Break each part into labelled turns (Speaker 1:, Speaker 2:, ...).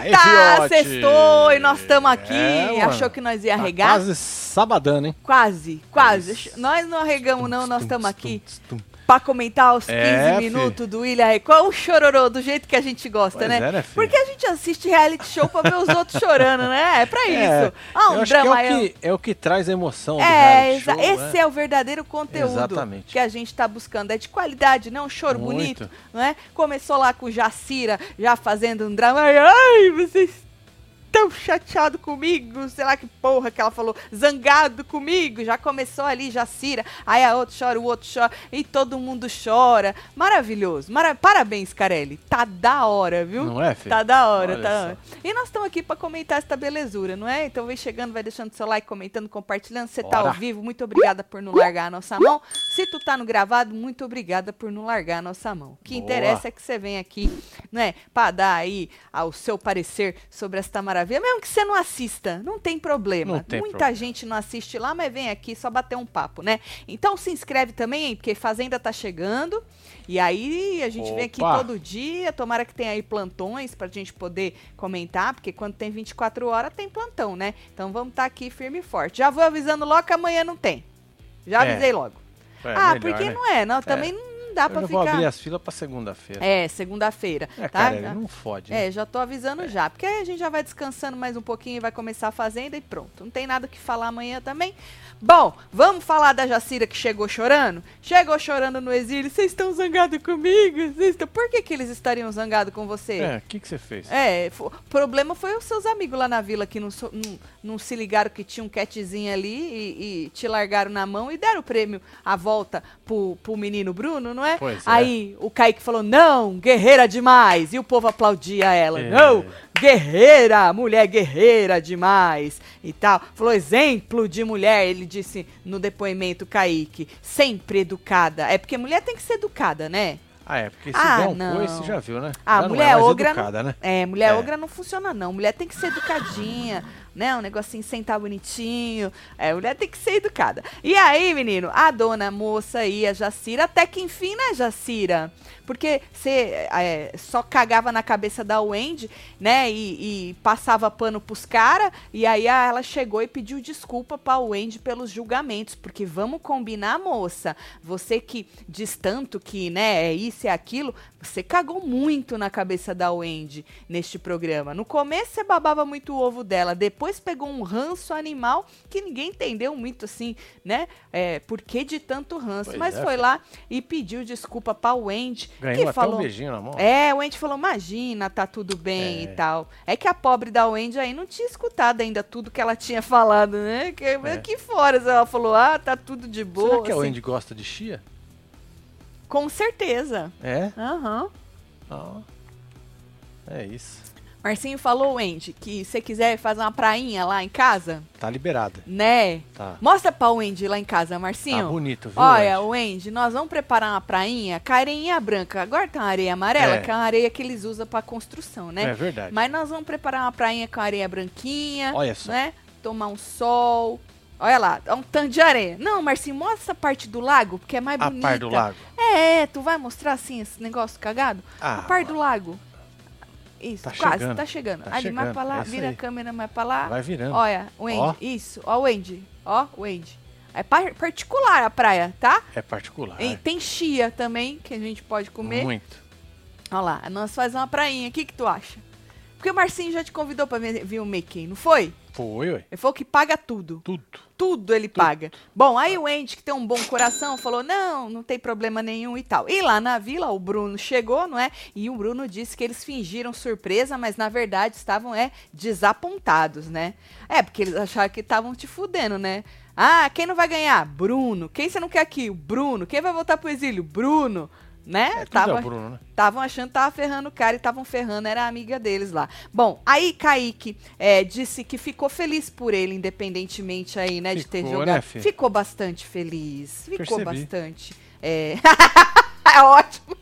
Speaker 1: já sextou e nós estamos aqui.
Speaker 2: É,
Speaker 1: Achou que nós
Speaker 2: Tá
Speaker 1: ia arregar?
Speaker 2: Quase sabadão, hein?
Speaker 1: Quase, quase. Nós não arregamos, não, nós estamos aqui. Pra comentar os 15
Speaker 2: É, fi.
Speaker 1: minutos do William Record, o chororô, do jeito que a gente gosta,
Speaker 2: Pois
Speaker 1: né?
Speaker 2: é, né, fi?
Speaker 1: Porque a gente assiste reality show pra ver os outros chorando, né? É pra
Speaker 2: É,
Speaker 1: isso. Ah, um
Speaker 2: eu acho
Speaker 1: drama.
Speaker 2: que é, o que é o que traz emoção do
Speaker 1: É,
Speaker 2: reality
Speaker 1: exa-
Speaker 2: show,
Speaker 1: esse
Speaker 2: né?
Speaker 1: é. o verdadeiro conteúdo
Speaker 2: Exatamente.
Speaker 1: que a gente tá buscando. É de qualidade, não um choro
Speaker 2: Muito.
Speaker 1: bonito, né? Começou lá com Jacira, já fazendo um drama. Ai, Ai, vocês tão chateado comigo, sei lá que porra que ela falou, zangado comigo. Já começou ali Jacira, aí a outra chora, o outro chora e todo mundo chora. Maravilhoso. Mara- Parabéns, Carelli. Tá da hora, viu?
Speaker 2: Não é, fi?
Speaker 1: Tá da hora,
Speaker 2: Olha
Speaker 1: tá.
Speaker 2: só.
Speaker 1: da hora. E nós estamos aqui para comentar esta belezura, não é? Então vem chegando, vai deixando seu like, comentando, compartilhando. Se você tá
Speaker 2: Bora.
Speaker 1: ao vivo, muito obrigada por não largar a nossa mão. Se tu tá no gravado, muito obrigada por não largar a nossa mão. O que
Speaker 2: Boa.
Speaker 1: interessa é que você vem aqui, né, para dar aí ao seu parecer sobre esta maravilha, mesmo que você não assista, não tem problema.
Speaker 2: Não tem
Speaker 1: Muita
Speaker 2: problema.
Speaker 1: gente não assiste lá, mas vem aqui só bater um papo, né? Então se inscreve também, hein, porque Fazenda tá chegando. E aí a gente vem aqui
Speaker 2: Opa.
Speaker 1: todo todo dia. Tomara que tenha aí plantões pra gente poder comentar, porque quando tem 24 horas tem plantão, né? Então vamos estar aqui firme e forte. Já vou avisando logo que amanhã não tem. Já
Speaker 2: É.
Speaker 1: avisei logo.
Speaker 2: É,
Speaker 1: ah,
Speaker 2: melhor,
Speaker 1: porque
Speaker 2: né?
Speaker 1: não é, não, também não dá
Speaker 2: Eu
Speaker 1: pra
Speaker 2: já vou abrir
Speaker 1: ficar.
Speaker 2: as filas pra segunda-feira.
Speaker 1: É, segunda-feira,
Speaker 2: É,
Speaker 1: tá?
Speaker 2: cara, ele não fode. né?
Speaker 1: É, já tô avisando já, porque aí a gente já vai descansando mais um pouquinho, vai começar a fazenda e pronto. Não tem nada o que falar amanhã também. Bom, vamos falar da Jacira que chegou chorando? Chegou chorando no exílio, vocês estão zangados comigo? Vocês estão- Por que, que eles estariam zangados com você?
Speaker 2: É, o que, que você fez?
Speaker 1: É, fo- o problema foi os seus amigos lá na vila que não, so- não- não se ligaram que tinha um catzinho ali e, e te largaram na mão e deram o prêmio à volta pro, pro menino Bruno, não é?
Speaker 2: Pois é.
Speaker 1: Aí o Kaique falou, não, guerreira demais. E o povo aplaudia ela,
Speaker 2: É.
Speaker 1: não, guerreira, mulher guerreira demais e tal. Falou, exemplo de mulher, ele disse no depoimento, Kaique, sempre educada. É porque mulher tem que ser educada, né?
Speaker 2: Ah, é, porque se
Speaker 1: Ah,
Speaker 2: der um
Speaker 1: não.
Speaker 2: coice, você já viu, né?
Speaker 1: Ah,
Speaker 2: Já
Speaker 1: mulher
Speaker 2: não é mais
Speaker 1: ogra.
Speaker 2: educada, né?
Speaker 1: É, mulher
Speaker 2: É.
Speaker 1: ogra não funciona, não. Mulher tem que ser educadinha, né? Um negocinho sentar bonitinho. É, mulher tem que ser educada. E aí, menino, a dona moça aí, a Jacira, até que enfim, né, Jacira? Porque você é, só cagava na cabeça da Wendy, né? E, e passava pano pros caras. E aí a- ela chegou e pediu desculpa pra Wendy pelos julgamentos. Porque vamos combinar, moça. Você que diz tanto que, né, é isso e aquilo, você cagou muito na cabeça da Wendy neste programa. No começo você babava muito o ovo dela, depois pegou um ranço animal que ninguém entendeu muito assim, né? É, por que de tanto ranço?
Speaker 2: Pois
Speaker 1: Mas
Speaker 2: é,
Speaker 1: foi
Speaker 2: filho.
Speaker 1: lá e pediu desculpa pra Wendy,
Speaker 2: Ganhou
Speaker 1: que
Speaker 2: até
Speaker 1: falou.
Speaker 2: um beijinho na mão.
Speaker 1: É, o Wendy falou, imagina, tá tudo bem
Speaker 2: É.
Speaker 1: e tal. É que a pobre da Wendy aí não tinha escutado ainda tudo que ela tinha falado, né? Que, que fora, ela falou, ah, tá tudo de boa.
Speaker 2: É. Será que é a
Speaker 1: assim.
Speaker 2: Wendy gosta de chia?
Speaker 1: Com certeza.
Speaker 2: É?
Speaker 1: Aham.
Speaker 2: Ah, é isso.
Speaker 1: Marcinho falou, Wendy, que se quiser fazer uma prainha lá em casa,
Speaker 2: Tá liberada.
Speaker 1: né?
Speaker 2: Tá.
Speaker 1: Mostra pra Wendy lá em casa,
Speaker 2: Tá
Speaker 1: Marcinho.
Speaker 2: bonito, viu?
Speaker 1: Olha,
Speaker 2: Wendy?
Speaker 1: Wendy, nós vamos preparar uma prainha com areinha branca. Agora tá uma areia amarela,
Speaker 2: É.
Speaker 1: que é uma areia que eles usam pra construção,
Speaker 2: É
Speaker 1: né?
Speaker 2: verdade.
Speaker 1: Mas nós vamos preparar uma prainha com areia branquinha,
Speaker 2: Olha só.
Speaker 1: né? Tomar um sol. Olha lá, é um tanto de areia. Não, Marcinho, mostra essa parte do lago, porque é mais
Speaker 2: a
Speaker 1: bonita.
Speaker 2: par do lago.
Speaker 1: É, tu vai mostrar assim esse negócio cagado?
Speaker 2: Ah,
Speaker 1: a par do lago. Isso,
Speaker 2: Tá
Speaker 1: quase,
Speaker 2: chegando,
Speaker 1: tá chegando.
Speaker 2: tá
Speaker 1: Ali mais
Speaker 2: chegando,
Speaker 1: pra lá,
Speaker 2: é isso
Speaker 1: vira
Speaker 2: aí.
Speaker 1: a câmera mais pra lá.
Speaker 2: Vai virando.
Speaker 1: Olha, Wendy,
Speaker 2: Ó.
Speaker 1: isso, ó Wendy, ó Wendy. É par- particular a praia, tá?
Speaker 2: É particular.
Speaker 1: E tem chia também, que a gente pode comer.
Speaker 2: Muito.
Speaker 1: Olha lá, nós fazemos uma prainha, o que que tu acha? Porque o Marcinho já te convidou pra vir vir o making, não foi?
Speaker 2: Foi, ué.
Speaker 1: Ele falou que paga tudo.
Speaker 2: Tudo.
Speaker 1: Tudo ele paga. Bom, aí o Andy, que tem um bom coração, falou: não, não tem problema nenhum e tal. E lá na vila, o Bruno chegou, não é? E o Bruno disse que eles fingiram surpresa, mas na verdade estavam, é, desapontados, né? É, porque eles acharam que estavam te fudendo, né? Ah, quem não vai ganhar? Bruno. Quem você não quer aqui? O Bruno. Quem vai voltar pro exílio? Bruno. Né?
Speaker 2: É, tudo é
Speaker 1: Tava-
Speaker 2: o Bruno, né?
Speaker 1: Estavam achando que tava ferrando o cara e estavam ferrando, era a amiga deles lá. Bom, aí Kaique é, disse que ficou feliz por ele, independentemente aí, né, de ter
Speaker 2: Ficou,
Speaker 1: jogado.
Speaker 2: né, fi?
Speaker 1: ficou bastante feliz. Ficou
Speaker 2: Percebi.
Speaker 1: bastante. É. é ótimo.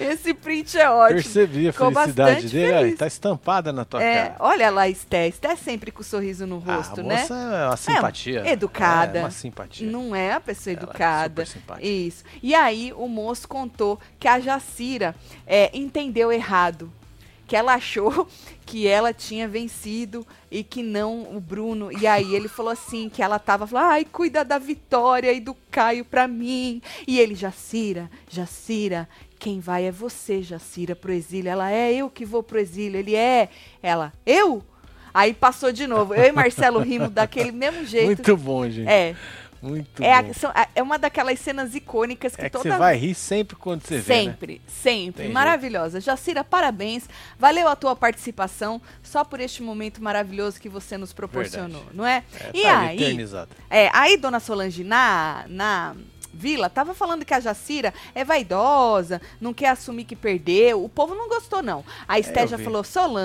Speaker 1: Esse print é ótimo.
Speaker 2: Percebi a
Speaker 1: Ficou
Speaker 2: felicidade
Speaker 1: bastante
Speaker 2: dele. aí,
Speaker 1: feliz.
Speaker 2: Tá estampada na tua
Speaker 1: É,
Speaker 2: cara.
Speaker 1: olha lá, Esté. Esté sempre com o sorriso no rosto,
Speaker 2: a
Speaker 1: né?
Speaker 2: moça é uma simpatia.
Speaker 1: educada.
Speaker 2: É uma simpatia.
Speaker 1: Não é a pessoa
Speaker 2: Ela é
Speaker 1: educada.
Speaker 2: super simpática.
Speaker 1: Isso. E aí o moço contou que a Jacira é, entendeu errado. que ela achou que ela tinha vencido e que não o Bruno. E aí ele falou assim, que ela tava falando, ai, cuida da Vitória e do Caio pra mim. E ele, Jacira, Jacira, quem vai é você, Jacira, pro exílio. Ela, é eu que vou pro exílio. Ele, é. Ela, eu? Aí passou de novo. Eu e Marcelo rimos daquele mesmo jeito.
Speaker 2: Muito bom, gente.
Speaker 1: É,
Speaker 2: Muito
Speaker 1: é, a-
Speaker 2: bom.
Speaker 1: são- a- é uma daquelas cenas icônicas que
Speaker 2: É que
Speaker 1: toda
Speaker 2: você vai rir sempre quando você vê, né?
Speaker 1: sempre, sempre.
Speaker 2: Tem
Speaker 1: Maravilhosa. Jacira, parabéns. Valeu a tua participação, só por este momento maravilhoso que você nos proporcionou,
Speaker 2: Verdade.
Speaker 1: não é?
Speaker 2: É,
Speaker 1: e
Speaker 2: tá ali,
Speaker 1: aí,
Speaker 2: eternizado.
Speaker 1: é, aí dona Solange na na Vila tava falando que a Jacira é vaidosa, não quer assumir que perdeu. O povo não gostou não. A Esté
Speaker 2: É, eu
Speaker 1: já
Speaker 2: vi.
Speaker 1: falou: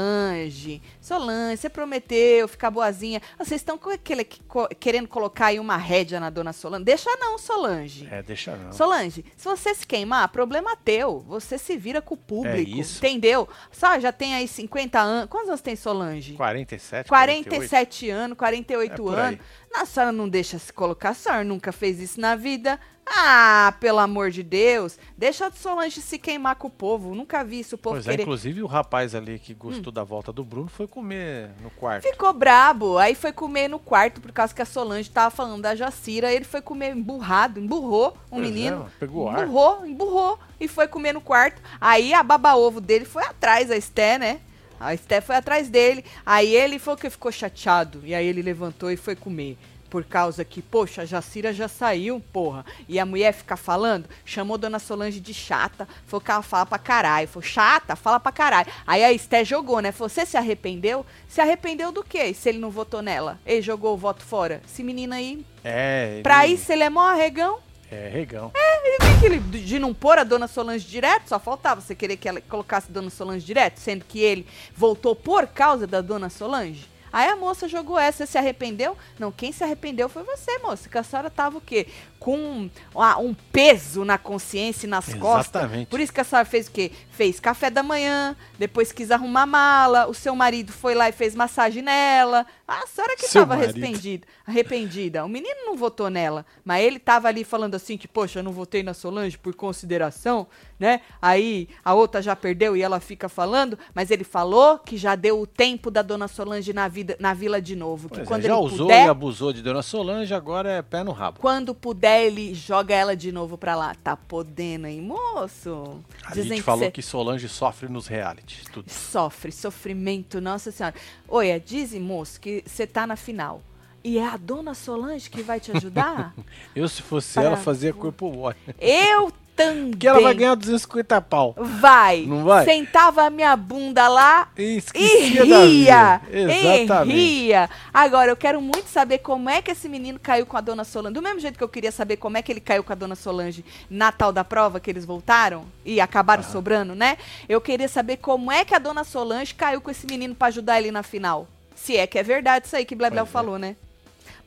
Speaker 1: "Solange, Solange, você prometeu ficar boazinha. Vocês estão com aquele que- co- querendo colocar aí uma rédea na dona Solange. Deixa não, Solange.
Speaker 2: É, deixa não.
Speaker 1: Solange, se você se queimar, problema teu. Você se vira com o público.
Speaker 2: É isso.
Speaker 1: Entendeu? Só já tem aí 50 anos. Quantos anos tem Solange?
Speaker 2: 47, 48.
Speaker 1: 47 anos, 48
Speaker 2: É por aí.
Speaker 1: anos. Não, a senhora não deixa se colocar, a senhora nunca fez isso na vida. Ah, pelo amor de Deus. Deixa a Solange se queimar com o povo. Nunca vi isso, o povo
Speaker 2: Pois é,
Speaker 1: querer. Hum.
Speaker 2: inclusive o rapaz ali que gostou da volta do Bruno foi comer no quarto.
Speaker 1: Ficou brabo, aí foi comer no quarto por causa que a Solange tava falando da Jacira, ele foi comer emburrado, emburrou um
Speaker 2: Pois é,
Speaker 1: menino,
Speaker 2: pegou ar.
Speaker 1: emburrou, emburrou e foi comer no quarto. Aí a baba-ovo dele foi atrás, a Esté, né? A Esté foi atrás dele, aí ele falou que ficou chateado, e aí ele levantou e foi comer. Por causa que, poxa, a Jacira já saiu, porra. E a mulher fica falando, chamou Dona Solange de chata, falou que ela fala pra caralho. Falou, chata, fala pra caralho. Aí a Esté jogou, né? Falou, você se arrependeu? Se arrependeu do quê? Se ele não votou nela? Ele jogou o voto fora? Esse menino aí,
Speaker 2: É, ele-
Speaker 1: pra isso ele é mó arregão?
Speaker 2: É, regão.
Speaker 1: Tem que ele de de não pôr a Dona Solange direto, só faltava você querer que ela colocasse Dona Solange direto, sendo que ele voltou por causa da Dona Solange. Aí a moça jogou essa, você se arrependeu? Não, quem se arrependeu foi você, moça, que a senhora tava o quê? Com um, ah, um peso na consciência e nas costas.
Speaker 2: Exatamente.
Speaker 1: Por isso que a senhora fez o quê? Fez café da manhã, depois quis arrumar mala, o seu marido foi lá e fez massagem nela. Ah, a senhora que
Speaker 2: Seu
Speaker 1: estava
Speaker 2: marido.
Speaker 1: arrependida, arrependida. O menino não votou nela, mas ele tava ali falando assim que, poxa, eu não votei na Solange por consideração, né? Aí a outra já perdeu e ela fica falando, mas ele falou que já deu o tempo da dona Solange na, vida, na vila de novo. Que
Speaker 2: Pois é,
Speaker 1: quando
Speaker 2: já
Speaker 1: ele
Speaker 2: usou
Speaker 1: puder,
Speaker 2: e abusou de Dona Solange, agora é pé no rabo.
Speaker 1: quando puder, ele joga ela de novo pra lá. Tá podendo, hein, moço?
Speaker 2: A gente falou que Solange sofre nos realities. Tudo.
Speaker 1: Sofre, sofrimento, nossa senhora. Olha, dizem, moço, que você tá na final. E é a dona Solange que vai te ajudar?
Speaker 2: Eu, se fosse
Speaker 1: Para-
Speaker 2: ela, fazia corpo mole.
Speaker 1: Eu também.
Speaker 2: Porque ela vai ganhar 250 pau.
Speaker 1: Vai.
Speaker 2: Não vai?
Speaker 1: Sentava a minha bunda lá
Speaker 2: E
Speaker 1: e
Speaker 2: esquecia da
Speaker 1: ria.
Speaker 2: vida.
Speaker 1: E
Speaker 2: Exatamente.
Speaker 1: ria. Agora, eu quero muito saber como é que esse menino caiu com a dona Solange. Do mesmo jeito que eu queria saber como é que ele caiu com a dona Solange na tal da prova que eles voltaram e acabaram sobrando, né? Eu queria saber como é que a dona Solange caiu com esse menino pra ajudar ele na final. Se é que é verdade isso aí que Blé Blé
Speaker 2: Pois é.
Speaker 1: falou, né?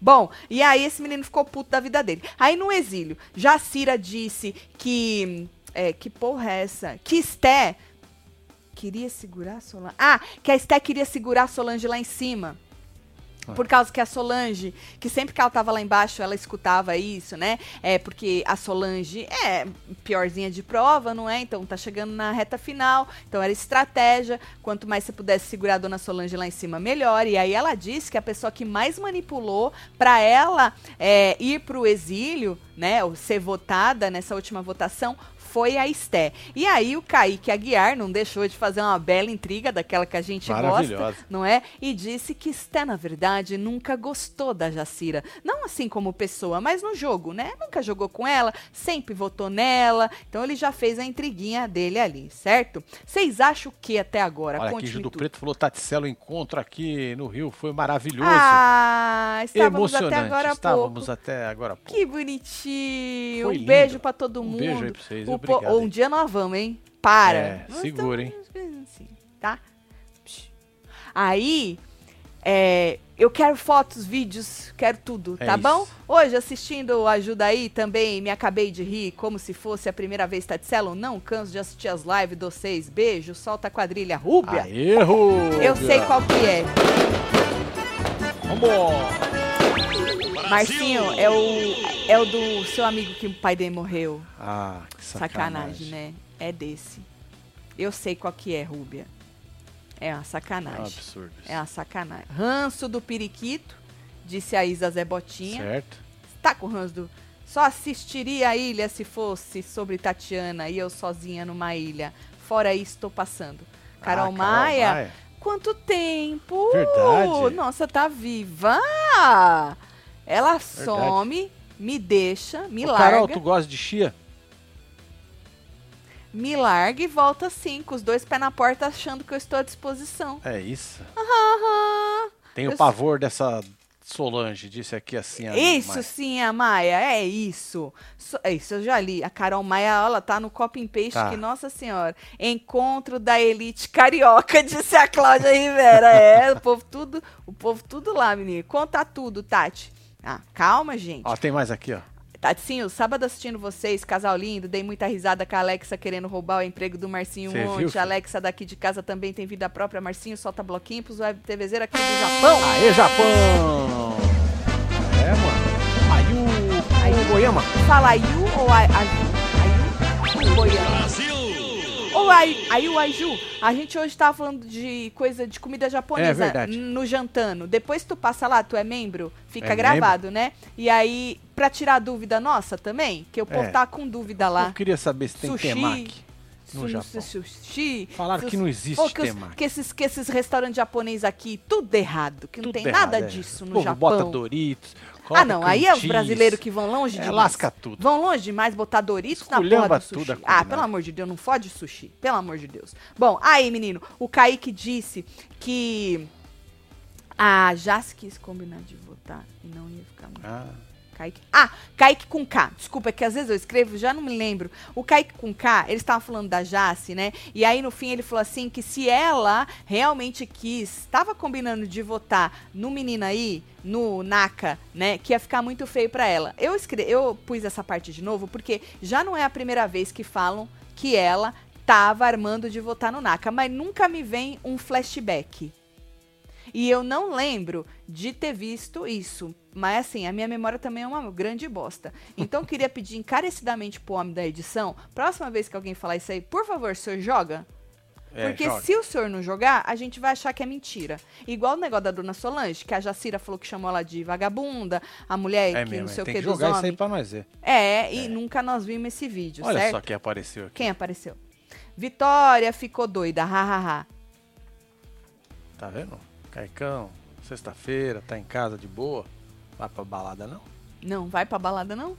Speaker 1: Bom, e aí esse menino ficou puto da vida dele. Aí no exílio, Jacira disse que. É, que porra é essa? Que Esté queria segurar a Solange. Ah, que a Esté queria segurar a Solange lá em cima.
Speaker 2: Ah.
Speaker 1: Por causa que a Solange, que sempre que ela tava lá embaixo, ela escutava isso, né? É, porque a Solange é piorzinha de prova, não é? Então tá chegando na reta final. Então era estratégia. Quanto mais você pudesse segurar a dona Solange lá em cima, melhor. E aí ela disse que a pessoa que mais manipulou pra ela é, ir pro exílio, né? Ou ser votada nessa última votação. Foi a Esté. E aí o Kaique Aguiar não deixou de fazer uma bela intriga daquela que a gente gosta
Speaker 2: Maravilhosa.
Speaker 1: não é? E disse que Sté, na verdade, nunca gostou da Jacira. Não assim como pessoa, mas no jogo, né? Nunca jogou com ela, sempre votou nela. Então ele já fez a intriguinha dele ali, certo? Vocês acham o que até agora?
Speaker 2: Olha aqui,
Speaker 1: Conte-me
Speaker 2: Gil do
Speaker 1: tudo.
Speaker 2: Preto falou, Taticelo, o encontro aqui no Rio foi maravilhoso.
Speaker 1: Ah, estávamos até
Speaker 2: emocionante.
Speaker 1: agora há
Speaker 2: Estávamos
Speaker 1: pouco.
Speaker 2: até agora há pouco.
Speaker 1: Que bonitinho.
Speaker 2: Foi
Speaker 1: um
Speaker 2: lindo.
Speaker 1: beijo pra todo
Speaker 2: Um
Speaker 1: mundo.
Speaker 2: beijo aí pra vocês.
Speaker 1: O po-
Speaker 2: Obrigado.
Speaker 1: Ou um
Speaker 2: hein?
Speaker 1: dia nós vamos, hein? Para.
Speaker 2: É,
Speaker 1: Nós
Speaker 2: segura,
Speaker 1: estamos fazendo assim, tá? Psh. Aí, é, eu quero fotos, vídeos, quero tudo,
Speaker 2: É
Speaker 1: tá bom?
Speaker 2: isso.
Speaker 1: Hoje, assistindo Ajuda Aí, também me acabei de rir, como se fosse a primeira vez, Tatselo. Não canso de assistir as lives de vocês. Beijo, solta a quadrilha. Rúbia,
Speaker 2: erro!
Speaker 1: eu sei qual que é.
Speaker 2: Vamos!
Speaker 1: Marcinho, é o, é o do seu amigo que o pai dele morreu.
Speaker 2: Ah, que
Speaker 1: Sacanagem,
Speaker 2: sacanagem.
Speaker 1: né? É desse. Eu sei qual que é, Rúbia. É uma
Speaker 2: É um
Speaker 1: sacanagem.
Speaker 2: absurdo. isso.
Speaker 1: É uma sacanagem. Ranço do periquito, disse a Isa Zé Botinha.
Speaker 2: Certo?
Speaker 1: Tá com ranço do... Só assistiria a ilha se fosse sobre Tatiana e eu sozinha numa ilha. Fora isso, tô passando. Carol,
Speaker 2: Ah,
Speaker 1: Maia, Quanto tempo!
Speaker 2: Verdade.
Speaker 1: Nossa, tá viva! Ela some, me deixa, me
Speaker 2: Ô,
Speaker 1: larga,
Speaker 2: Carol, tu gosta de chia?
Speaker 1: me larga e volta assim, com os dois pés na porta achando que eu estou à disposição.
Speaker 2: É isso.
Speaker 1: Aham.
Speaker 2: Tenho
Speaker 1: Eu-
Speaker 2: pavor dessa Solange, disse aqui assim. a
Speaker 1: Isso
Speaker 2: Maia.
Speaker 1: sim, a Maia, é isso. So- é isso, eu já li. A Carol Maia, ela tá no copy and paste
Speaker 2: Tá.
Speaker 1: que, nossa senhora, encontro da elite carioca, disse a Cláudia Rivera. É, o povo tudo, o povo tudo lá, menino. Conta tudo, Tati. Ah, calma, gente.
Speaker 2: Ó, tem mais aqui, ó.
Speaker 1: Tatinho, sábado assistindo vocês, casal lindo, dei muita risada com a Alexa querendo roubar o emprego do Marcinho
Speaker 2: Cê viu,
Speaker 1: ontem.
Speaker 2: filho?
Speaker 1: A Alexa daqui de casa também tem vida própria. Marcinho solta bloquinho pros web TVzeira aqui do Japão.
Speaker 2: Aê, Japão! É, mano. Aí o. Aí o Goiama.
Speaker 1: Fala Ayu ou a- Ayu? Ayu? Goiânia.
Speaker 3: Brasil!
Speaker 1: Ou Ayu, Ayu, Ayu. A gente hoje tava falando de coisa de comida japonesa
Speaker 2: É verdade.
Speaker 1: no jantando. Depois tu passa lá, tu é membro, fica
Speaker 2: É
Speaker 1: gravado, né? E aí, pra tirar dúvida nossa também, que o povo
Speaker 2: É.
Speaker 1: tá com dúvida lá.
Speaker 2: Eu queria saber se tem
Speaker 1: Sushi.
Speaker 2: temaki. no
Speaker 1: Su-
Speaker 2: Japão.
Speaker 1: Sushi.
Speaker 2: Falaram
Speaker 1: sus-
Speaker 2: que não existe
Speaker 1: Pô, que, os-
Speaker 2: temaki.
Speaker 1: que esses, que esses restaurantes japoneses aqui, tudo errado. Que não
Speaker 2: Tudo
Speaker 1: tem
Speaker 2: errado,
Speaker 1: nada
Speaker 2: é.
Speaker 1: disso
Speaker 2: O
Speaker 1: no
Speaker 2: povo
Speaker 1: Japão.
Speaker 2: Bota Doritos.
Speaker 1: ah,
Speaker 2: coloca
Speaker 1: não.
Speaker 2: cream
Speaker 1: Aí é os
Speaker 2: cheese.
Speaker 1: brasileiros que vão longe
Speaker 2: É,
Speaker 1: demais.
Speaker 2: lasca tudo.
Speaker 1: Vão longe demais botar Doritos na porra
Speaker 2: Esculhamba
Speaker 1: do
Speaker 2: tudo
Speaker 1: sushi.
Speaker 2: a né?
Speaker 1: ah,
Speaker 2: culinária.
Speaker 1: pelo amor de Deus, não fode sushi. Pelo amor de Deus. Bom, aí, menino, o Kaique disse que a Jazz quis combinar de votar e não ia ficar muito.
Speaker 2: Ah,
Speaker 1: Kaique. Ah, Kaique com K. Desculpa, é que às vezes eu escrevo, já não me lembro. O Kaique com K, ele estava falando da Jace, né? E aí no fim ele falou assim que se ela realmente quis, estava combinando de votar no menino aí, no Naka, né? Que ia ficar muito feio pra ela. Eu escre eu pus essa parte de novo porque já não é a primeira vez que falam que ela tava armando de votar no Naka, mas nunca me vem um flashback. E eu não lembro de ter visto isso. Mas assim, a minha memória também é uma grande bosta. Então eu queria pedir encarecidamente pro homem da edição, próxima vez que alguém falar isso aí, por favor, senhor joga.
Speaker 2: é,
Speaker 1: porque
Speaker 2: joga.
Speaker 1: se o senhor não jogar, a gente vai achar que é mentira. Igual o negócio da dona Solange, que a Jacira falou que chamou ela de vagabunda, a mulher
Speaker 2: É
Speaker 1: que
Speaker 2: mesmo,
Speaker 1: não sei
Speaker 2: é.
Speaker 1: o
Speaker 2: tem
Speaker 1: que,
Speaker 2: que
Speaker 1: dos
Speaker 2: jogar isso aí
Speaker 1: homens.
Speaker 2: pra nós ver.
Speaker 1: É, e nunca nós vimos esse vídeo,
Speaker 2: Olha
Speaker 1: certo?
Speaker 2: só quem apareceu aqui.
Speaker 1: Quem apareceu? Vitória ficou doida, hahaha.
Speaker 2: Tá vendo? Caicão, sexta-feira, tá em casa de boa. Vai pra balada não?
Speaker 1: Não, vai pra balada, não?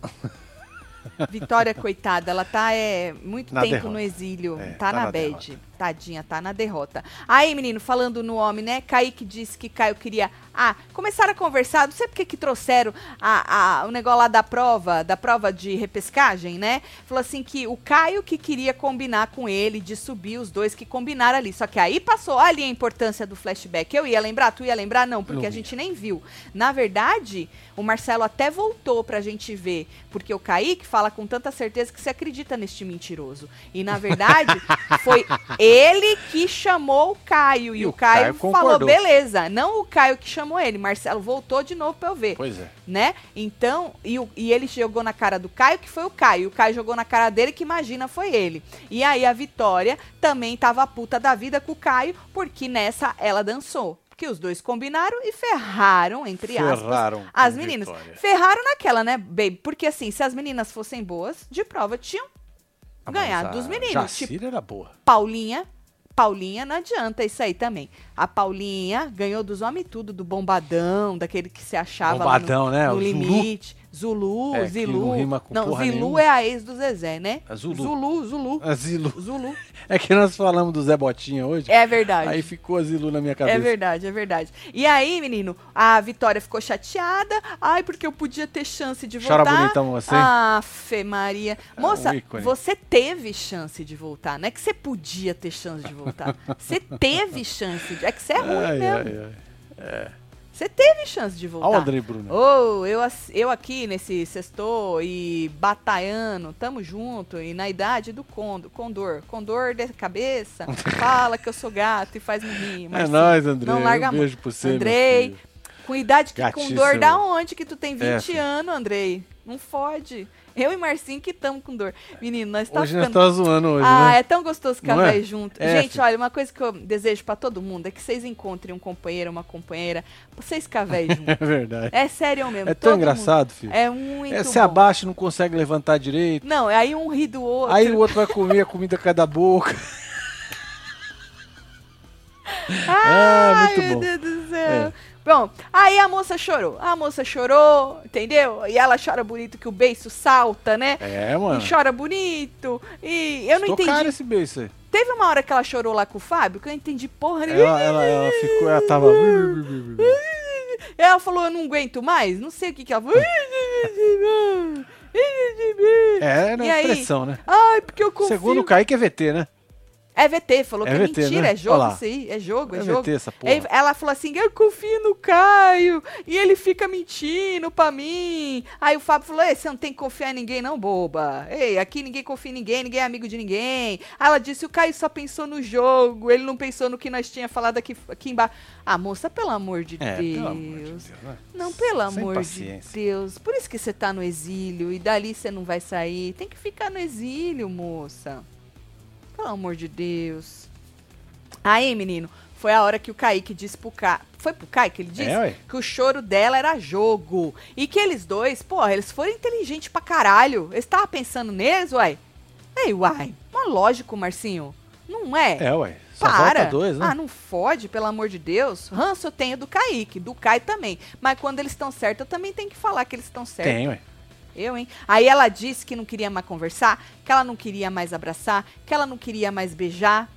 Speaker 1: Vitória, coitada, ela tá é, muito
Speaker 2: Na
Speaker 1: tempo
Speaker 2: derrota.
Speaker 1: no exílio.
Speaker 2: É,
Speaker 1: tá,
Speaker 2: tá
Speaker 1: na,
Speaker 2: na
Speaker 1: bad. Tadinha, tá na derrota. Aí, menino, falando no homem, né? Kaique disse que Caio queria. Ah, começaram a conversar, não sei porque que trouxeram a, a- o negócio lá da prova, da prova de repescagem, né? Falou assim que o Caio que queria combinar com ele de subir os dois que combinaram ali. Só que aí passou ali a importância do flashback. Eu ia lembrar, tu ia lembrar, não, porque
Speaker 2: Não
Speaker 1: a
Speaker 2: ia.
Speaker 1: gente nem viu. Na verdade, o Marcelo até voltou pra gente ver, porque o Kaique fala com tanta certeza que você acredita neste mentiroso. E na verdade, foi ele que chamou o Caio. E,
Speaker 2: E
Speaker 1: o
Speaker 2: o
Speaker 1: Caio,
Speaker 2: Caio
Speaker 1: falou,
Speaker 2: concordou.
Speaker 1: beleza, não o Caio que chamou ele. Marcelo voltou de novo pra eu ver
Speaker 2: Pois é.
Speaker 1: né? Então, e, o- e ele jogou na cara do Caio, que foi o Caio. E o Caio jogou na cara dele, que imagina foi ele. E aí a Vitória também tava puta da vida com o Caio, porque nessa ela dançou. Porque os dois combinaram e ferraram, entre aspas,
Speaker 2: Ferraram.
Speaker 1: as
Speaker 2: com
Speaker 1: meninas.
Speaker 2: vitória.
Speaker 1: Ferraram naquela, né, baby? Porque assim, se as meninas fossem boas, de prova tinham
Speaker 2: Ah, mas
Speaker 1: ganhado
Speaker 2: a
Speaker 1: dos meninos. Tipo,
Speaker 2: Jacira era boa.
Speaker 1: Paulinha. Paulinha, não adianta isso aí também. A Paulinha ganhou dos homens tudo, do bombadão, daquele que se achava lá no-
Speaker 2: Bombadão, né?
Speaker 1: no
Speaker 2: O Zulu.
Speaker 1: limite. Zulu,
Speaker 2: É, que
Speaker 1: Zilu.
Speaker 2: não rima com porra
Speaker 1: Zilu
Speaker 2: nenhuma.
Speaker 1: é a ex do Zezé, né?
Speaker 2: É Zulu.
Speaker 1: Zulu, Zulu.
Speaker 2: Asilo.
Speaker 1: Zulu.
Speaker 2: É que nós falamos do Zé Botinha hoje.
Speaker 1: É verdade.
Speaker 2: Aí ficou Asilu na minha cabeça.
Speaker 1: É verdade, é verdade. E aí, menino, a Vitória ficou chateada. Ai, porque eu podia ter chance de voltar.
Speaker 2: Chora bonitão assim.
Speaker 1: Ah, Fê Maria.
Speaker 2: um
Speaker 1: Moça,
Speaker 2: ícone.
Speaker 1: você teve chance de voltar. Não é que você podia ter chance de voltar. você teve chance. De... É que você é ruim
Speaker 2: Ai,
Speaker 1: mesmo.
Speaker 2: ai, ai.
Speaker 1: Você teve chance de voltar.
Speaker 2: Olha o André Bruno.
Speaker 1: Ô, eu, ass- eu aqui nesse sextor e bataiano, tamo junto, e na idade do condo, condor. Condor de cabeça, fala que eu sou gato e faz me rir.
Speaker 2: é
Speaker 1: Marcinho.
Speaker 2: nóis, André.
Speaker 1: Não larga a
Speaker 2: um
Speaker 1: mão.
Speaker 2: beijo pra você, meu
Speaker 1: Andrei.
Speaker 2: filho.
Speaker 1: Com idade que com dor
Speaker 2: Gatíssimo.
Speaker 1: da onde que tu tem 20
Speaker 2: É,
Speaker 1: anos, Andrei? Não fode. Eu e Marcinho que estamos com dor. Menino, nós estamos
Speaker 2: Hoje nós
Speaker 1: tá ficando
Speaker 2: tava zoando hoje,
Speaker 1: ah,
Speaker 2: né?
Speaker 1: é tão gostoso ficar
Speaker 2: Não é?
Speaker 1: velho junto.
Speaker 2: É,
Speaker 1: Gente,
Speaker 2: filho.
Speaker 1: olha, uma coisa que eu desejo pra todo mundo é que vocês encontrem um companheiro, uma companheira, pra vocês ficar velho junto.
Speaker 2: É verdade.
Speaker 1: É sério mesmo.
Speaker 2: É
Speaker 1: todo
Speaker 2: tão engraçado, filho.
Speaker 1: Mundo. É muito
Speaker 2: É, se
Speaker 1: bom.
Speaker 2: abaixa e não consegue levantar direito.
Speaker 1: Não, aí um ri do outro.
Speaker 2: Aí o outro vai comer a comida cai da boca. Ah,
Speaker 1: Ai,
Speaker 2: muito
Speaker 1: meu
Speaker 2: bom. É.
Speaker 1: Deus do céu. Bom, aí a moça chorou. A moça chorou, entendeu? E ela chora bonito que o beiço salta, né?
Speaker 2: É, mano.
Speaker 1: E chora bonito. E eu não
Speaker 2: Estocaram
Speaker 1: entendi.
Speaker 2: esse beijo aí.
Speaker 1: Teve uma hora que ela chorou lá com o Fábio que eu não entendi porra nenhuma.
Speaker 2: Ela, ela, ela ficou, ela tava.
Speaker 1: Ela falou, eu não aguento mais, não sei o que que ela falou.
Speaker 2: É,
Speaker 1: E
Speaker 2: né?
Speaker 1: aí?
Speaker 2: Pressão, né?
Speaker 1: Ai, porque eu confio.
Speaker 2: Segundo o Kaique é VT, né?
Speaker 1: É VT, falou que
Speaker 2: É
Speaker 1: é
Speaker 2: VT,
Speaker 1: mentira,
Speaker 2: né?
Speaker 1: é jogo
Speaker 2: Olha lá.
Speaker 1: isso aí, é jogo, é,
Speaker 2: É
Speaker 1: jogo.
Speaker 2: VT essa porra.
Speaker 1: Aí Ela falou assim, eu confio no Caio, e ele fica mentindo pra mim. Aí o Fábio falou, Ei, você não tem que confiar em ninguém não, boba. Ei, aqui ninguém confia em ninguém, ninguém é amigo de ninguém. Aí ela disse, o Caio só pensou no jogo, ele não pensou no que nós tinha falado aqui, aqui embaixo. Ah, moça, pelo amor de
Speaker 2: É,
Speaker 1: Deus.
Speaker 2: pelo amor de Deus, né?
Speaker 1: Não, pelo
Speaker 2: Sem
Speaker 1: amor de
Speaker 2: paciência.
Speaker 1: Deus. Por isso que você tá no exílio e dali você não vai sair. Tem que ficar no exílio, moça. Pelo amor de Deus. Aí, menino, foi a hora que o Kaique disse pro Ca... Foi pro Kaique ele disse?
Speaker 2: É, ué.
Speaker 1: que o choro dela era jogo. E que eles dois, porra, eles foram inteligentes pra caralho. Eles estavam pensando neles, uai. Ei, uai. Mas lógico, Marcinho. Não é?
Speaker 2: É, ué. Só
Speaker 1: Para.
Speaker 2: falta dois, né?
Speaker 1: Ah, não fode, pelo amor de Deus. Ranço eu tenho do Kaique, do Kai também. Mas quando eles estão certos, eu também tenho que falar que eles estão certos.
Speaker 2: Tem, ué.
Speaker 1: Eu, hein? Aí ela disse que não queria mais conversar, que ela não queria mais abraçar, que ela não queria mais beijar.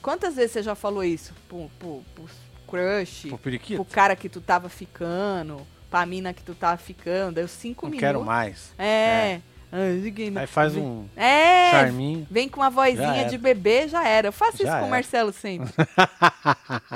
Speaker 1: Quantas vezes você já falou isso? Pro, pro, pro crush,
Speaker 2: Pô, periquito.
Speaker 1: pro cara que tu tava ficando, pra mina que tu tava ficando. Deu cinco
Speaker 2: Não
Speaker 1: minutos.
Speaker 2: quero mais.
Speaker 1: É. Ah, ninguém-
Speaker 2: Aí faz um
Speaker 1: É,
Speaker 2: charminho.
Speaker 1: Vem com uma
Speaker 2: Já
Speaker 1: vozinha
Speaker 2: era.
Speaker 1: de bebê, já era. Eu faço isso
Speaker 2: Já
Speaker 1: com o
Speaker 2: era.
Speaker 1: Marcelo sempre.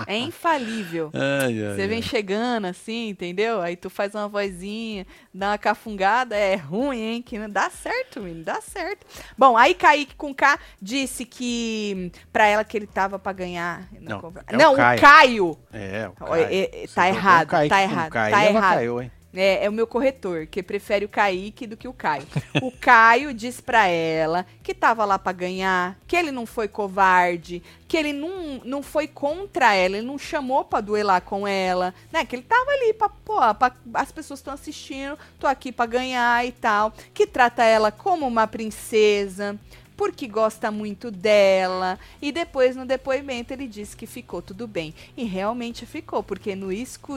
Speaker 1: É infalível.
Speaker 2: Ai, ai,
Speaker 1: Você vem chegando assim, entendeu? Aí tu faz uma vozinha, dá uma cafungada, é ruim, hein? Que não dá certo, menino, dá certo. Bom, aí Kaique com K disse que hum, pra ela que ele tava pra ganhar. na
Speaker 2: Não,
Speaker 1: conversa.
Speaker 2: é o
Speaker 1: não o Caio.
Speaker 2: Caio. É, o
Speaker 1: Ó, é, é,
Speaker 2: Caio.
Speaker 1: tá
Speaker 2: Você
Speaker 1: errado,
Speaker 2: jogou o Kaique
Speaker 1: tá
Speaker 2: com o
Speaker 1: errado,
Speaker 2: Caio,
Speaker 1: tá
Speaker 2: ela
Speaker 1: errado.
Speaker 2: caiu, hein?
Speaker 1: É, é o meu corretor, que prefere o Kaique do que o Caio. O Caio diz pra ela que tava lá pra ganhar, que ele não foi covarde, que ele não, não foi contra ela, ele não chamou pra duelar com ela, né? Que ele tava ali pra, pô, pra- as pessoas estão assistindo, tô aqui pra ganhar e tal. Que trata ela como uma princesa, porque gosta muito dela. E depois, no depoimento, ele diz que ficou tudo bem. E realmente ficou, porque no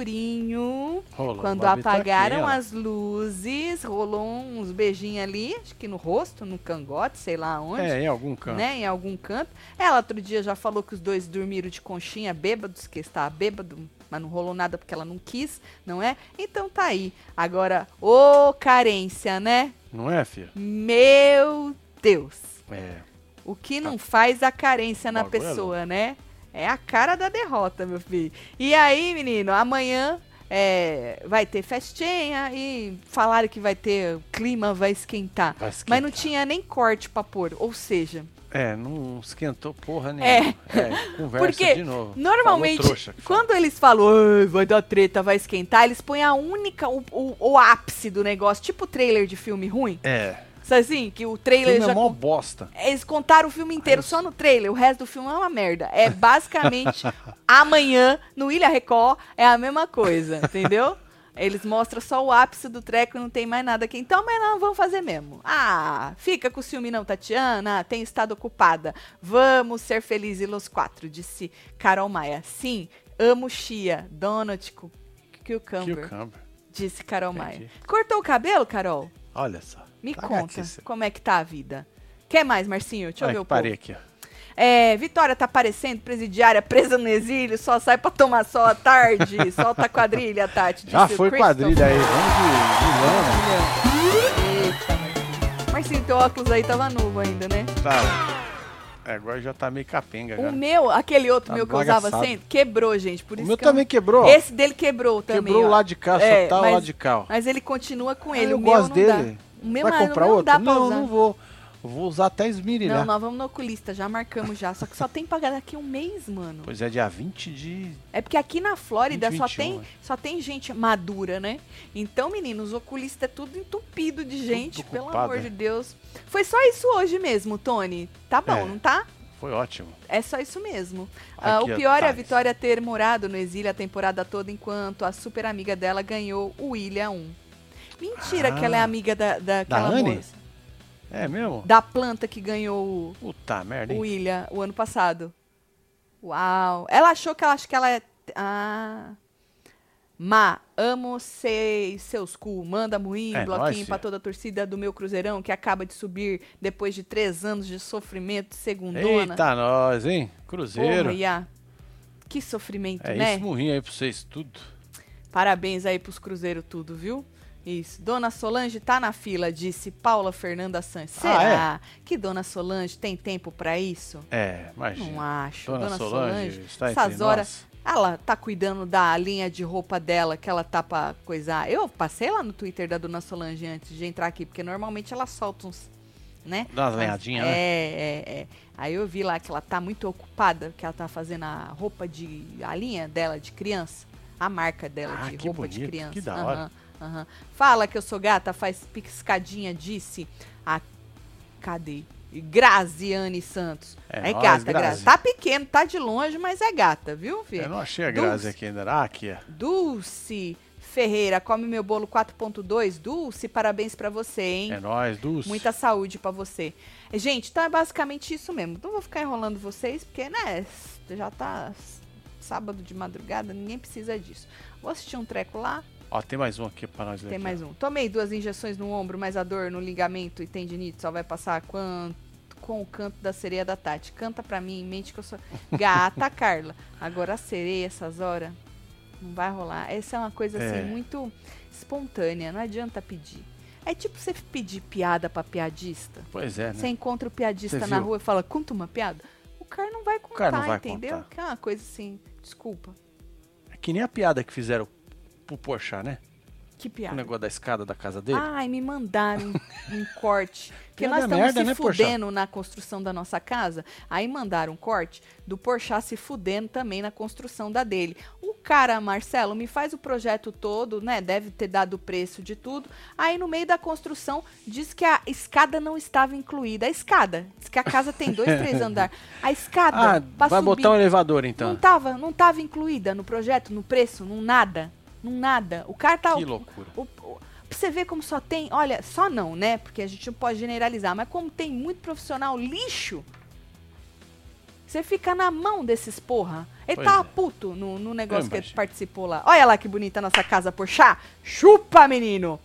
Speaker 1: escurinho...
Speaker 2: Rolou,
Speaker 1: Quando
Speaker 2: o Babi tá
Speaker 1: apagaram
Speaker 2: aqui, ó.
Speaker 1: as luzes, rolou uns beijinhos ali, acho que no rosto, no cangote, sei lá onde,
Speaker 2: É, em algum canto.
Speaker 1: né? Em algum canto. Ela outro dia já falou que os dois dormiram de conchinha, bêbados, que estava bêbado, mas não rolou nada porque ela não quis, não é? Então tá aí. Agora, ô carência, né?
Speaker 2: Não é, filho?
Speaker 1: Meu Deus!
Speaker 2: É.
Speaker 1: O que não faz a carência na
Speaker 2: Bagulho é
Speaker 1: pessoa, né? É a cara da derrota, meu filho. E aí, menino, amanhã é, vai ter festinha e falaram que vai ter, o clima vai esquentar.
Speaker 2: vai esquentar.
Speaker 1: Mas não tinha nem corte pra pôr. Ou seja,
Speaker 2: É, não esquentou porra nenhuma.
Speaker 1: É.
Speaker 2: É, conversa
Speaker 1: Porque
Speaker 2: de novo.
Speaker 1: normalmente,
Speaker 2: Falou trouxa que fala.
Speaker 1: quando eles falam, "Ai, vai dar treta, vai esquentar, eles põem a única, o, o- o ápice do negócio, tipo trailer de filme ruim.
Speaker 2: É.
Speaker 1: Sabe assim? Que o trailer
Speaker 2: Filme
Speaker 1: já
Speaker 2: é mó bosta.
Speaker 1: Eles contaram o filme inteiro só no trailer, o resto do filme é uma merda. É basicamente amanhã no Ilha Record é a mesma coisa, entendeu? Eles mostram só o ápice do treco e não tem mais nada aqui. Então, mas não, vamos fazer mesmo. Ah, fica com o ciúme não, Tatiana, tem estado ocupada. Vamos ser felizes los quatro, disse Carol Maia. Sim, amo chia, donut, cu-
Speaker 2: Que
Speaker 1: cucumber,
Speaker 2: o câmbio.
Speaker 1: disse Carol Maia.
Speaker 2: Entendi.
Speaker 1: Cortou o cabelo, Carol?
Speaker 2: Olha só.
Speaker 1: Me
Speaker 2: Tá
Speaker 1: conta
Speaker 2: gatíssimo.
Speaker 1: como é que tá a vida. Quer mais, Marcinho? Deixa eu
Speaker 2: Olha
Speaker 1: ver o
Speaker 2: que parei
Speaker 1: povo.
Speaker 2: aqui, ó.
Speaker 1: É, Vitória tá aparecendo, presidiária, presa no exílio, só sai pra tomar sol à tarde. Solta a quadrilha, Tati.
Speaker 2: Já
Speaker 1: disse o
Speaker 2: Ah, foi
Speaker 1: Christopher.
Speaker 2: quadrilha é. aí. Vamos né?
Speaker 1: Eita, Marcinho. Marcinho, teu óculos aí tava novo ainda, né?
Speaker 2: de, de lana. Tá. É, agora já tá meio capenga,
Speaker 1: O
Speaker 2: cara.
Speaker 1: meu, aquele outro
Speaker 2: Tá
Speaker 1: meu que eu usava
Speaker 2: bagaçado.
Speaker 1: sempre, quebrou, gente. Por
Speaker 2: O
Speaker 1: isso
Speaker 2: meu
Speaker 1: que eu-
Speaker 2: também quebrou. ó.
Speaker 1: Esse dele quebrou também.
Speaker 2: Quebrou
Speaker 1: ó.
Speaker 2: o lado de cá,
Speaker 1: É,
Speaker 2: só tá
Speaker 1: mas-
Speaker 2: o lado de cá, ó.
Speaker 1: Mas ele continua com
Speaker 2: Ah,
Speaker 1: ele.
Speaker 2: eu
Speaker 1: o meu
Speaker 2: gosto
Speaker 1: não
Speaker 2: dele.
Speaker 1: dá. O meu,
Speaker 2: Vai
Speaker 1: mas o
Speaker 2: comprar
Speaker 1: meu
Speaker 2: outro?
Speaker 1: assim, não dá pra
Speaker 2: não,
Speaker 1: usar.
Speaker 2: não vou. né? Vou usar até esmirilhar.
Speaker 1: Não, nós vamos no oculista, já marcamos já. Só que só tem pra daqui um mês, mano.
Speaker 2: Pois é, dia 20 de.
Speaker 1: É porque aqui na Flórida
Speaker 2: 20,
Speaker 1: só
Speaker 2: 21,
Speaker 1: tem
Speaker 2: é.
Speaker 1: só tem gente madura, né? Então, meninos, oculista é tudo entupido de gente,
Speaker 2: Tudo
Speaker 1: pelo
Speaker 2: ocupado,
Speaker 1: amor
Speaker 2: é.
Speaker 1: de Deus. Foi só isso hoje mesmo, Tony. Tá bom,
Speaker 2: É.
Speaker 1: não tá?
Speaker 2: Foi ótimo.
Speaker 1: É só isso mesmo. Ah,
Speaker 2: Aqui,
Speaker 1: o pior é a
Speaker 2: Thales.
Speaker 1: Vitória ter morado no exílio a temporada toda enquanto a super amiga dela ganhou o Ilha 1. Mentira que ela é
Speaker 2: Ah.
Speaker 1: amiga da, daquela
Speaker 2: Anne?
Speaker 1: moça.
Speaker 2: É mesmo?
Speaker 1: Da planta que ganhou
Speaker 2: Puta merda,
Speaker 1: o,
Speaker 2: hein?
Speaker 1: o Ilha o ano passado. Uau. Ela achou que ela acho que ela é. Ah. Má, amo sei, seus cu. Manda moinho,
Speaker 2: É
Speaker 1: bloquinho
Speaker 2: nóis,
Speaker 1: pra
Speaker 2: fia.
Speaker 1: toda a torcida do meu Cruzeirão que acaba de subir depois de três anos de sofrimento, segundona.
Speaker 2: Eita, nós, hein? Cruzeiro.
Speaker 1: Porra, Iá. Que sofrimento,
Speaker 2: é
Speaker 1: né?
Speaker 2: isso, murrinho aí pra vocês, tudo.
Speaker 1: Parabéns aí pros Cruzeiro tudo, viu? Isso. Dona Solange tá na fila, disse Paula Fernanda Sanches.
Speaker 2: Ah,
Speaker 1: Será que Dona Solange tem tempo pra isso?
Speaker 2: É, imagina.
Speaker 1: Não acho.
Speaker 2: Dona, Solange, está entre
Speaker 1: essas horas,
Speaker 2: nós.
Speaker 1: ela tá cuidando da linha de roupa dela, que ela tá pra coisar. Eu passei lá no Twitter da Dona Solange antes de entrar aqui, porque normalmente ela solta uns, né?
Speaker 2: Dá umas
Speaker 1: Mas-
Speaker 2: lenhadinhas, né?
Speaker 1: é, É, é. Aí eu vi lá que ela tá muito ocupada, que ela tá fazendo a roupa de. a linha dela de criança. A marca dela
Speaker 2: Ah,
Speaker 1: de
Speaker 2: que
Speaker 1: roupa de
Speaker 2: bonito,
Speaker 1: criança.
Speaker 2: que da
Speaker 1: Aham,
Speaker 2: hora.
Speaker 1: aham. Fala que eu sou gata, faz piscadinha, disse a. Cadê? Graziane Santos.
Speaker 2: É
Speaker 1: É,
Speaker 2: nóis,
Speaker 1: gata,
Speaker 2: Grazi.
Speaker 1: Grazi. Tá pequeno, tá de longe, mas é gata, viu, filho?
Speaker 2: Eu não achei a
Speaker 1: Dulce.
Speaker 2: Grazi aqui ainda. Ah, aqui, ó.
Speaker 1: Dulce Ferreira, come meu bolo 4.2. Dulce, parabéns pra você, hein?
Speaker 2: É nós, Dulce.
Speaker 1: Muita saúde pra você. Gente, então é basicamente isso mesmo. Não vou ficar enrolando vocês, porque, né, já tá s- sábado de madrugada, ninguém precisa disso. Vou assistir um treco lá,
Speaker 2: Ó, tem mais um aqui pra nós ler.
Speaker 1: tem
Speaker 2: aqui,
Speaker 1: mais um. Tomei duas injeções no ombro, mas a dor no ligamento e tendinite só vai passar quan- com o canto da sereia da Tati. Canta pra mim, mente que eu sou gata, Carla. Agora a sereia, essas horas, não vai rolar. Essa é uma coisa,
Speaker 2: É.
Speaker 1: assim, muito espontânea. Não adianta pedir. É tipo você pedir piada pra piadista.
Speaker 2: ó. Pois é, né?
Speaker 1: Você encontra o piadista
Speaker 2: Você
Speaker 1: na
Speaker 2: viu?
Speaker 1: rua e fala, conta uma piada. O cara não vai contar,
Speaker 2: cara não vai
Speaker 1: entendeu?
Speaker 2: contar.
Speaker 1: Que é uma coisa assim, desculpa.
Speaker 2: É que nem a piada que fizeram pro Porchat, né?
Speaker 1: Que
Speaker 2: O
Speaker 1: piada. Ah,
Speaker 2: negócio da escada da casa dele.
Speaker 1: Ai, me mandaram um- um corte. Porque
Speaker 2: Piada
Speaker 1: nós estamos
Speaker 2: merda,
Speaker 1: se
Speaker 2: né, Porchat?
Speaker 1: fudendo na construção da nossa casa. Aí mandaram um corte do Porchat se fudendo também na construção da dele. O cara, Marcelo, me faz o projeto todo, né? Deve ter dado o preço de tudo. Aí no meio da construção diz que a escada não estava incluída. A escada. Diz que a casa tem dois, três andares. A escada.
Speaker 2: ah,
Speaker 1: tá. pra
Speaker 2: vai
Speaker 1: subir.
Speaker 2: botar um elevador
Speaker 1: Não tá
Speaker 2: então.
Speaker 1: tava, não tava incluída no projeto, no preço, num nada. Num nada. O cara tá.
Speaker 2: Que
Speaker 1: o-
Speaker 2: loucura.
Speaker 1: o- o- pra você ver como só tem. Olha, só não, né? Porque a gente não pode generalizar, mas como tem muito profissional lixo, você fica na mão desses porra. Ele
Speaker 2: Pois
Speaker 1: tava
Speaker 2: é.
Speaker 1: puto no, no negócio que ele
Speaker 2: imagino.
Speaker 1: participou lá. Olha lá que bonita a nossa casa, porchá. Chupa, menino!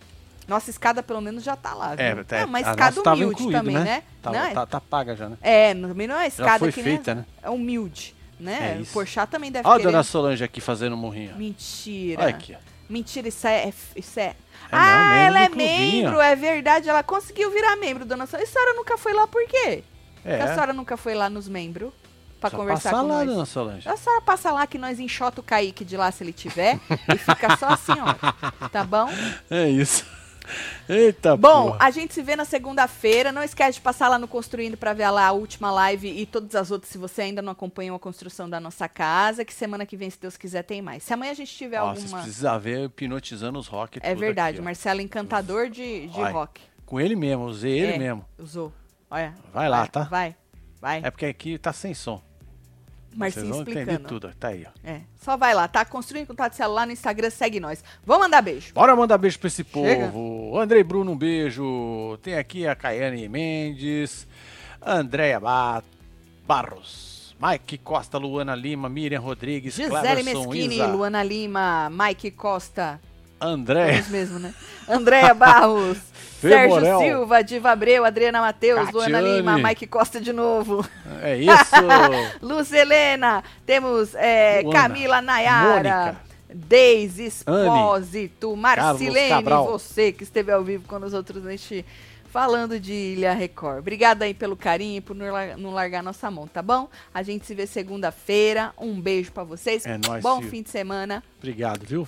Speaker 1: Nossa escada, pelo menos, já tá lá.
Speaker 2: É,
Speaker 1: viu?
Speaker 2: tá-
Speaker 1: uma
Speaker 2: a
Speaker 1: escada
Speaker 2: nossa tava
Speaker 1: humilde
Speaker 2: incluído,
Speaker 1: também,
Speaker 2: né?
Speaker 1: né?
Speaker 2: Tá,
Speaker 1: Não, é-
Speaker 2: tá, tá paga já, né?
Speaker 1: É, no- também não é uma escada
Speaker 2: Já foi
Speaker 1: que
Speaker 2: feita,
Speaker 1: nem,
Speaker 2: né?
Speaker 1: é humilde, né?
Speaker 2: É
Speaker 1: o
Speaker 2: isso.
Speaker 1: Porchat também deve
Speaker 2: Olha a
Speaker 1: querer-
Speaker 2: dona Solange aqui fazendo um murrinho.
Speaker 1: Mentira.
Speaker 2: Olha aqui, ó.
Speaker 1: Mentira, isso é. Isso é...
Speaker 2: não,
Speaker 1: ah,
Speaker 2: membro
Speaker 1: ela é
Speaker 2: do clubinho.
Speaker 1: membro, é verdade. Ela conseguiu virar membro, dona Solange. E a senhora nunca foi lá por quê?
Speaker 2: É,
Speaker 1: Porque a senhora nunca foi lá nos membros pra
Speaker 2: só
Speaker 1: conversar
Speaker 2: passa
Speaker 1: com
Speaker 2: lá,
Speaker 1: nós.
Speaker 2: dona Solange.
Speaker 1: A senhora passa lá que nós enxota o Kaique de lá se ele tiver e fica só assim, ó. Tá bom?
Speaker 2: É isso. Eita,
Speaker 1: Bom,
Speaker 2: porra.
Speaker 1: a gente se vê na segunda-feira. Não esquece de passar lá no Construindo pra ver lá a última live e todas as outras se você ainda não acompanhou a construção da nossa casa. Que semana que vem, se Deus quiser, tem mais. Se amanhã a gente tiver
Speaker 2: Ó, vocês
Speaker 1: alguma.
Speaker 2: precisam ver eu hipnotizando os rock e
Speaker 1: É
Speaker 2: tudo
Speaker 1: verdade,
Speaker 2: aqui, ó.
Speaker 1: Marcelo encantador de, de
Speaker 2: Olha.
Speaker 1: rock.
Speaker 2: Com ele mesmo, usei ele
Speaker 1: É.
Speaker 2: mesmo.
Speaker 1: Usou. Olha.
Speaker 2: Vai lá, tá?
Speaker 1: Vai, vai.
Speaker 2: É porque aqui tá sem som.
Speaker 1: Marcinho
Speaker 2: Vocês vão entender
Speaker 1: explicando.
Speaker 2: tudo. ó. Tá aí, ó.
Speaker 1: É, só vai lá, tá? Construindo contato celular no Instagram, segue nós. Vou mandar beijo.
Speaker 2: Bora mandar beijo pra esse
Speaker 1: Chega.
Speaker 2: povo. Andrei Bruno, um beijo. Tem aqui a Caiane Mendes, Andréia Ba- Barros, Mike Costa, Luana Lima, Miriam Rodrigues,
Speaker 1: Gisele
Speaker 2: Cleverson,
Speaker 1: Meschini,
Speaker 2: um Isa,
Speaker 1: Luana Lima, Mike Costa,
Speaker 2: André,
Speaker 1: todos mesmo, né? Andréia Barros,
Speaker 2: É. Fê
Speaker 1: Sérgio
Speaker 2: Morel.
Speaker 1: Silva, Diva Abreu, Adriana Matheus, Luana
Speaker 2: Catiane.
Speaker 1: Lima, Mike Costa de novo,
Speaker 2: É isso.
Speaker 1: Luz Helena, temos é,
Speaker 2: Luana,
Speaker 1: Camila Nayara,
Speaker 2: Mônica.
Speaker 1: Deise Espósito, Marcilene,
Speaker 2: Cabral.
Speaker 1: você que esteve ao vivo com nós outros neste falando de Ilha Record. Obrigada aí pelo carinho, e por não lar- não largar nossa mão, tá bom? A gente se vê segunda-feira. Um beijo pra vocês.
Speaker 2: É nóis,
Speaker 1: bom
Speaker 2: Sil.
Speaker 1: fim de semana.
Speaker 2: Obrigado, viu?